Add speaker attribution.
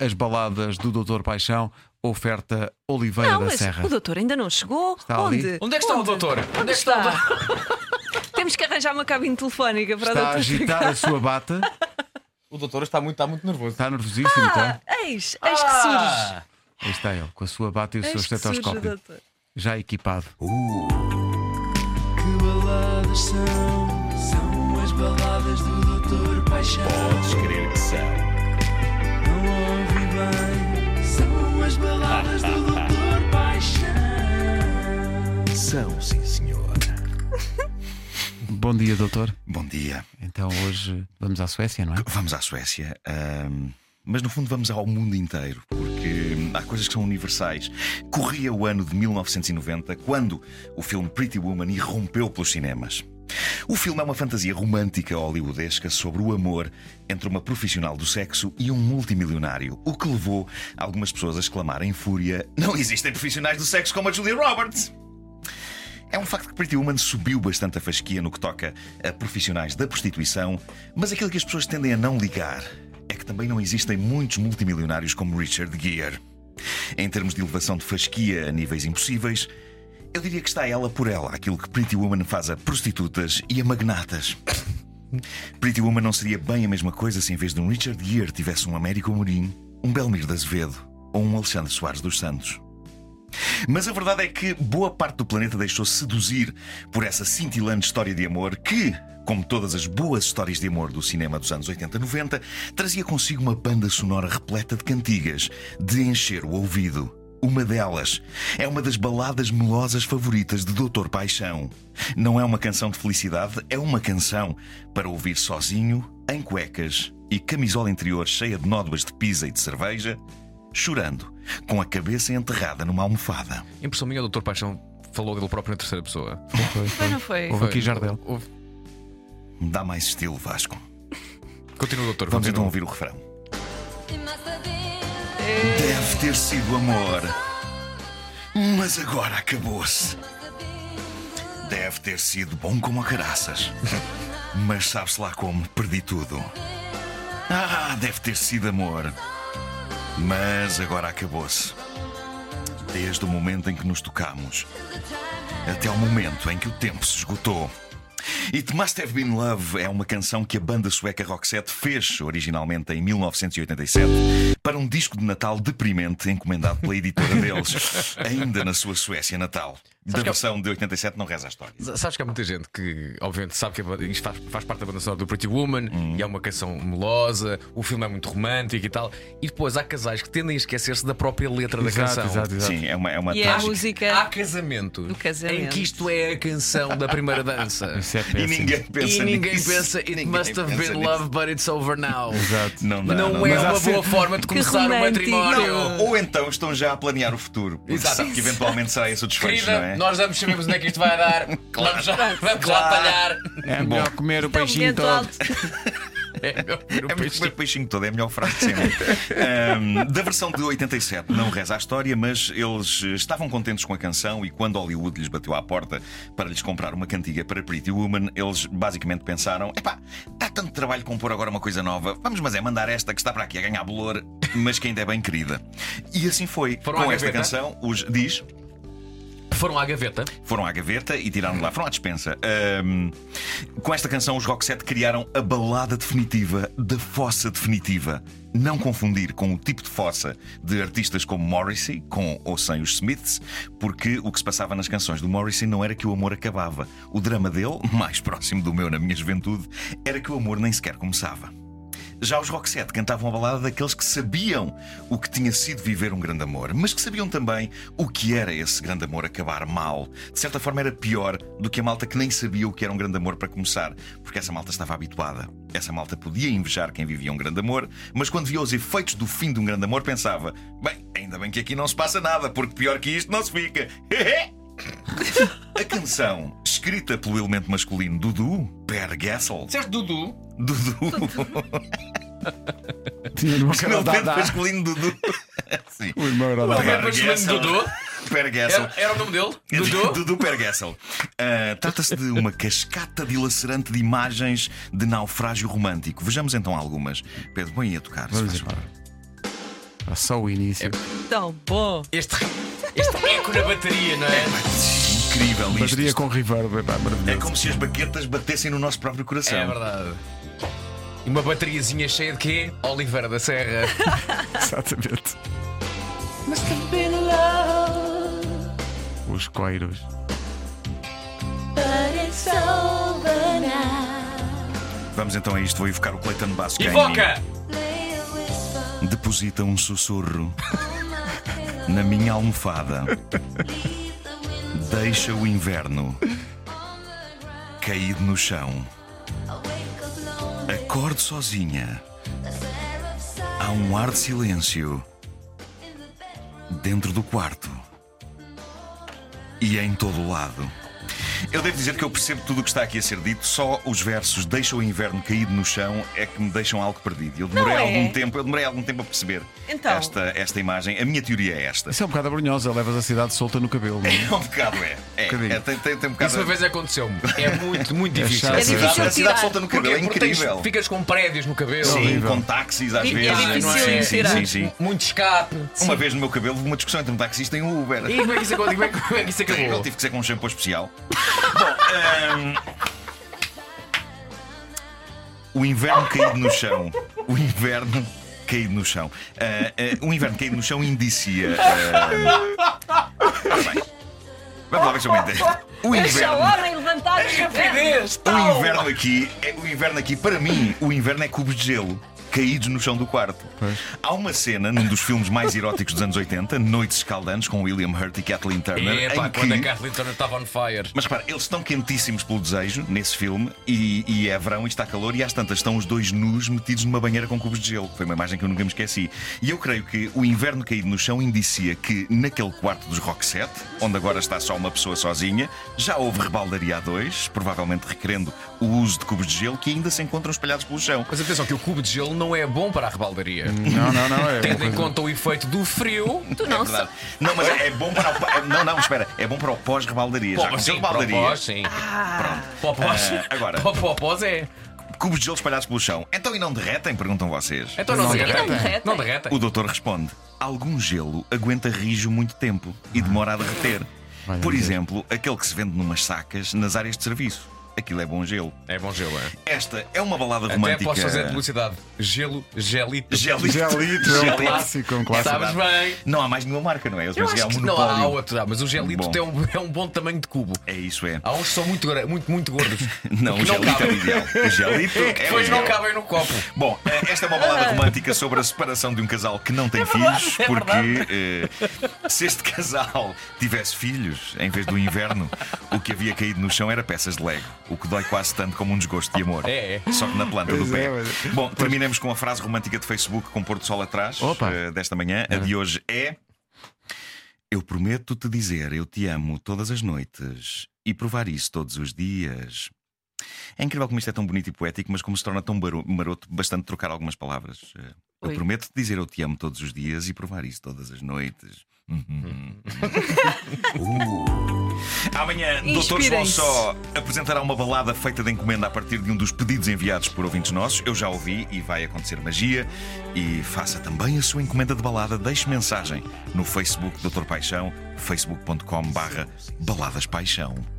Speaker 1: As baladas do Doutor Paixão, oferta Oliveira
Speaker 2: Não,
Speaker 1: da
Speaker 2: mas
Speaker 1: Serra.
Speaker 2: o doutor ainda não chegou.
Speaker 1: Está ali.
Speaker 2: Onde?
Speaker 3: Onde é que está o doutor?
Speaker 2: Onde está? Temos que arranjar uma cabine telefónica para
Speaker 1: Está a
Speaker 2: o doutor.
Speaker 1: agitar a sua bata,
Speaker 3: O doutor está muito, está muito nervoso.
Speaker 1: está
Speaker 2: Ah!
Speaker 1: nervosíssimo, está?
Speaker 2: Eis, eis que surge.
Speaker 1: Aí está ele, com a sua bata e o seu
Speaker 2: Eis que surge o
Speaker 1: estetoscópio,
Speaker 2: doutor.
Speaker 1: já equipado.
Speaker 4: Que baladas são? São as baladas do Doutor Paixão. Podes crer que são. Não ouvi bem. São as baladas do Doutor Paixão.
Speaker 5: São, sim, senhor.
Speaker 1: Bom dia, doutor.
Speaker 5: Bom dia.
Speaker 1: Então hoje vamos à Suécia, não é?
Speaker 5: Vamos à Suécia. ahm, mas no fundo vamos ao mundo inteiro, porque há coisas que são universais. Corria o ano de 1990, quando o filme Pretty Woman irrompeu pelos cinemas. O filme é uma fantasia romântica hollywoodesca sobre o amor entre uma profissional do sexo e um multimilionário, o que levou algumas pessoas a exclamar em fúria: Não existem profissionais do sexo como a Julia Roberts! É um facto que Pretty Woman subiu bastante a fasquia no que toca a profissionais da prostituição, mas aquilo que as pessoas tendem a não ligar é que também não existem muitos multimilionários como Richard Gere. Em termos de elevação de fasquia a níveis impossíveis, eu diria que está ela por ela, aquilo que Pretty Woman faz a prostitutas e a magnatas. Pretty Woman não seria bem a mesma coisa se em vez de um Richard Gere tivesse um Américo Amorim, um Belmiro de Azevedo ou um Alexandre Soares dos Santos. Mas a verdade é que boa parte do planeta deixou-se seduzir por essa cintilante história de amor que, como todas as boas histórias de amor do cinema dos anos 80 e 90, trazia consigo uma banda sonora repleta de cantigas de encher o ouvido. Uma delas é uma das baladas melosas favoritas de Doutor Paixão. Não é uma canção de felicidade, é uma canção para ouvir sozinho, em cuecas e camisola interior cheia de nódoas de pizza e de cerveja, chorando, com a cabeça enterrada numa almofada.
Speaker 3: Impressão minha, o doutor Paixão falou dele próprio na terceira pessoa.
Speaker 2: Foi, não foi?
Speaker 1: Houve aqui Jardel.
Speaker 3: Ouve.
Speaker 5: Dá mais estilo, Vasco.
Speaker 3: Continua, doutor.
Speaker 5: Vamos então
Speaker 3: continua.
Speaker 5: ouvir o refrão. Deve ter sido amor, mas agora acabou-se. Deve ter sido bom como a caraças, mas sabe-se lá como perdi tudo. Ah, deve ter sido amor, mas agora acabou-se. Desde o momento em que nos tocamos até ao momento em que o tempo se esgotou. It Must Have Been Love é uma canção que a banda sueca Roxette fez originalmente em 1987 para um disco de Natal deprimente encomendado pela editora deles, ainda na sua Suécia natal. Da
Speaker 3: que eu-
Speaker 5: versão de 87 não reza a história.
Speaker 3: S- Sabes que há muita gente que, obviamente, sabe que a banda- isto faz, faz parte da banda sonora do Pretty Woman
Speaker 1: Uhum.
Speaker 3: e é uma canção melosa, o filme é muito romântico e tal. E depois há casais que tendem a esquecer-se da própria letra da
Speaker 1: Exato,
Speaker 3: canção.
Speaker 1: exato, exato.
Speaker 5: Sim, é uma, é uma
Speaker 2: E é a
Speaker 5: trágica.
Speaker 3: Há
Speaker 2: música.
Speaker 3: casamentos
Speaker 2: Do casamento.
Speaker 3: em que isto é a canção da primeira dança.
Speaker 1: Isso é
Speaker 5: E
Speaker 1: péssimo.
Speaker 5: ninguém pensa
Speaker 3: e ninguém
Speaker 5: nisso.
Speaker 3: pensa, it
Speaker 5: Ninguém
Speaker 3: must have
Speaker 5: pensa
Speaker 3: been
Speaker 5: nisso.
Speaker 3: love, but it's over now.
Speaker 1: Exato.
Speaker 5: Não dá,
Speaker 3: Não,
Speaker 5: não
Speaker 3: é
Speaker 5: dá.
Speaker 3: uma
Speaker 1: há
Speaker 3: boa
Speaker 1: sempre-
Speaker 3: forma de começar o
Speaker 2: romântico.
Speaker 3: matrimónio.
Speaker 2: Não,
Speaker 5: Ou então estão já a planear o futuro. porque
Speaker 3: Exato.
Speaker 5: sabe Que eventualmente será esse o desfecho, não
Speaker 3: Querida,
Speaker 5: é?
Speaker 3: nós ambos sabemos onde é que isto vai dar. Vamos já, vamos lá
Speaker 5: Claro.
Speaker 3: talhar.
Speaker 1: É melhor comer o
Speaker 2: Tão
Speaker 1: peixinho
Speaker 2: um momento
Speaker 1: todo.
Speaker 2: alto.
Speaker 3: É, meu, meu
Speaker 5: É muito
Speaker 3: peixe.
Speaker 5: comer peixinho todo, é a melhor frase de sempre. Ahm, da versão de 87 não reza a história, mas eles eh, estavam contentes com a canção e quando Hollywood lhes bateu à porta para lhes comprar uma cantiga para Pretty Woman, eles basicamente pensaram: epá, está tanto trabalho compor agora uma coisa nova, vamos mas é mandar esta que está para aqui a ganhar bolor, mas que ainda é bem querida. E assim foi.
Speaker 3: Foram
Speaker 5: com
Speaker 3: à
Speaker 5: esta
Speaker 3: gaveta?
Speaker 5: canção, os diz.
Speaker 3: Foram à gaveta.
Speaker 5: Foram à gaveta e tiraram de lá, foram à dispensa. Ahm, com esta canção, os Roxette criaram a balada definitiva da fossa definitiva. Não confundir com o tipo de fossa de artistas como Morrissey, com ou sem os Smiths, porque o que se passava nas canções do Morrissey não era que o amor acabava. O drama dele, mais próximo do meu na minha juventude, era que o amor nem sequer começava. Já os Roxette cantavam a balada daqueles que sabiam o que tinha sido viver um grande amor, mas que sabiam também o que era esse grande amor acabar mal. De certa forma, era pior do que a malta que nem sabia o que era um grande amor para começar, porque essa malta estava habituada. Essa malta podia invejar quem vivia um grande amor, mas quando via os efeitos do fim de um grande amor, pensava: bem, ainda bem que aqui não se passa nada, porque pior que isto não se fica. a canção, escrita pelo elemento masculino Dudu, Per Gessel.
Speaker 3: Disseste Dudu.
Speaker 5: Dudu.
Speaker 1: Tinha no
Speaker 5: Não,
Speaker 1: canal
Speaker 5: Pedro
Speaker 1: da- da-
Speaker 5: masculino Dudu. Sim.
Speaker 1: O irmão era da-
Speaker 3: Não,
Speaker 1: da-
Speaker 3: Pedro masculino
Speaker 5: Gessel.
Speaker 3: Dudu?
Speaker 5: Per Gessel.
Speaker 3: Era, era o nome dele? Dudu?
Speaker 5: Dudu Per Gessel. Ah, Trata-se de uma cascata dilacerante de imagens de naufrágio romântico. Vejamos então algumas. Pedro, põe aí a tocar. se
Speaker 1: Vamos
Speaker 5: faz
Speaker 1: embora.
Speaker 5: favor.
Speaker 1: Era só o início.
Speaker 2: Tão bom.
Speaker 3: Este, este eco na bateria, não é?
Speaker 5: Incrível isto.
Speaker 1: Bateria
Speaker 5: isto.
Speaker 1: com reverb, epá,
Speaker 5: É
Speaker 1: maravilhoso.
Speaker 5: como se as baquetas batessem no nosso próprio coração.
Speaker 3: É verdade. E uma bateriazinha cheia de quê? Oliveira da Serra.
Speaker 1: Exatamente. Os coiros.
Speaker 5: Vamos então a isto, vou evocar o Clayton Basso. que em
Speaker 3: Invoca!
Speaker 5: mim Deposita um sussurro na minha almofada. Deixa o inverno caído no chão. Acordo sozinha. Há um ar de silêncio dentro do quarto e em todo o lado. Eu devo dizer que eu percebo tudo o que está aqui a ser dito, só os versos Deixa o inverno caído no chão é que me deixam algo perdido. Eu demorei
Speaker 2: Não é?
Speaker 5: algum tempo, eu demorei algum tempo a perceber
Speaker 2: Então.
Speaker 5: esta, esta imagem. A minha teoria é esta.
Speaker 1: Isso é um bocado abrunhosa, levas a cidade solta no cabelo. não é?
Speaker 5: É um bocado, é. É,
Speaker 1: bocadinho.
Speaker 5: é, tem, tem, tem um bocado.
Speaker 3: Isso uma vez aconteceu-me. É muito, muito
Speaker 1: É
Speaker 3: difícil.
Speaker 1: chato.
Speaker 5: a,
Speaker 2: É
Speaker 3: Sim.
Speaker 5: cidade,
Speaker 2: difícil
Speaker 5: a cidade
Speaker 2: tirar.
Speaker 5: solta no cabelo,
Speaker 3: Porquê?
Speaker 5: é
Speaker 3: Porque
Speaker 5: incrível.
Speaker 3: tens- ficas com prédios no cabelo.
Speaker 5: Sim,
Speaker 1: horrível.
Speaker 5: com táxis às
Speaker 2: É
Speaker 5: vezes.
Speaker 2: difícil
Speaker 5: não é? Sim,
Speaker 2: tirar.
Speaker 5: sim, sim, sim.
Speaker 3: Muito escape.
Speaker 5: Uma vez no meu cabelo houve uma discussão entre um taxista e um Uber.
Speaker 3: E como é que isso aconteceu? Como é que- Como é que isso
Speaker 5: Ele
Speaker 3: acabou?
Speaker 5: tive que ser com um shampoo especial. Bom, ehm, hum, o inverno caído no chão. O inverno caído no chão. Ah, ah, o inverno caído no chão indicia. ah, ora bem. Vamos lá ver se eu me entendo.
Speaker 2: Deixa
Speaker 5: O
Speaker 2: o
Speaker 5: inverno.
Speaker 2: homem levantar os cabelos.
Speaker 5: O inverno aqui, é, o inverno aqui para mim, o inverno é cubos de gelo caídos no chão do quarto. Há uma cena num dos filmes mais eróticos dos anos 80, Noites Escaldantes com William Hurt e Kathleen Turner,
Speaker 3: É,
Speaker 5: em
Speaker 3: pá,
Speaker 5: que...
Speaker 3: quando a Kathleen Turner estava on fire.
Speaker 5: Mas repara, eles estão quentíssimos pelo desejo nesse filme e, e é verão e está calor e às tantas estão os dois nus metidos numa banheira com cubos de gelo. Foi uma imagem que eu nunca me esqueci. E eu creio que o inverno caído no chão indicia que naquele quarto dos Rock Set, onde agora está só uma pessoa sozinha, já houve rebaldaria a dois, provavelmente requerendo o uso de cubos de gelo que ainda se encontram espalhados pelo chão.
Speaker 3: Mas atenção, que o cubo de gelo não é bom para a rebaldaria.
Speaker 1: Não, não, não. É uma
Speaker 3: Tendo em
Speaker 1: coisa-
Speaker 3: conta o efeito do frio.
Speaker 2: Tu não
Speaker 5: É verdade.
Speaker 2: sabes.
Speaker 5: Não, mas é é bom para o. é- Não, não, espera. É bom para o pós-rebaldaria. Já
Speaker 3: Pô,
Speaker 5: aconteceu
Speaker 3: sim, para o
Speaker 5: rebaldaria.
Speaker 3: pós, sim. Popós.
Speaker 5: Ah, agora.
Speaker 3: Popós é.
Speaker 5: Cubos de gelo espalhados pelo chão. Então e não derretem? Perguntam vocês.
Speaker 3: Então não,
Speaker 1: Não
Speaker 3: derretem.
Speaker 2: derretem.
Speaker 3: Não derretem.
Speaker 5: O doutor responde: algum gelo aguenta rijo muito tempo e demora a derreter.
Speaker 1: Vai
Speaker 5: Por
Speaker 1: dizer.
Speaker 5: exemplo, aquele que se vende numas sacas nas áreas de serviço. Aquilo é bom gelo.
Speaker 3: É bom gelo, é.
Speaker 5: Esta é uma balada
Speaker 3: Até
Speaker 5: romântica.
Speaker 3: posso fazer publicidade. Gelo, gelito.
Speaker 5: Gelito.
Speaker 1: Gelito, é um
Speaker 5: Gelito.
Speaker 1: clássico, é um clássico.
Speaker 3: Sabes bem.
Speaker 5: Não há mais nenhuma marca, não é? Eles
Speaker 3: Eu
Speaker 5: pensam
Speaker 3: acho
Speaker 5: que há
Speaker 3: que
Speaker 5: um
Speaker 3: não há
Speaker 5: monopólio.
Speaker 3: outro. ah, Mas o gelito
Speaker 5: Bom.
Speaker 3: tem um, é um bom tamanho de cubo.
Speaker 5: É isso, é.
Speaker 3: Há uns que são muito, gra- muito, muito gordos.
Speaker 5: Não, o
Speaker 3: não
Speaker 5: gelito é o
Speaker 3: cabe.
Speaker 5: ideal. O gelito é o
Speaker 3: Depois não
Speaker 5: ideal.
Speaker 3: cabem no copo.
Speaker 5: Bom, eh, esta é uma balada romântica sobre a separação de um casal que não tem filhos, porque eh, se este casal tivesse filhos em vez do inverno, o que havia caído no chão era peças de Lego, o que dói quase tanto como um desgosto de amor.
Speaker 3: É, é.
Speaker 5: Só que na planta do
Speaker 1: Pois
Speaker 5: pé.
Speaker 1: é, mas-
Speaker 5: Bom, terminemos com a frase romântica de Facebook com Porto Sol atrás
Speaker 1: Opa.
Speaker 5: eh, desta manhã. A de hoje é. Eu prometo te dizer, eu te amo todas as noites e provar isso todos os dias. É incrível como isto é tão bonito e poético, mas como se torna tão baro- maroto, bastante trocar algumas palavras. Eh, Eu
Speaker 2: Oi.
Speaker 5: prometo te dizer, eu te amo todos os dias e provar isso todas as noites. Uhum. Uh. Amanhã, Dr. João
Speaker 2: Inspirem-se.
Speaker 5: Só apresentará uma balada feita de encomenda a partir de um dos pedidos enviados por ouvintes nossos. Eu já ouvi e vai acontecer magia. E faça também a sua encomenda de balada. Deixe mensagem no Facebook Dr. Paixão, facebook.com/barra baladaspaixão.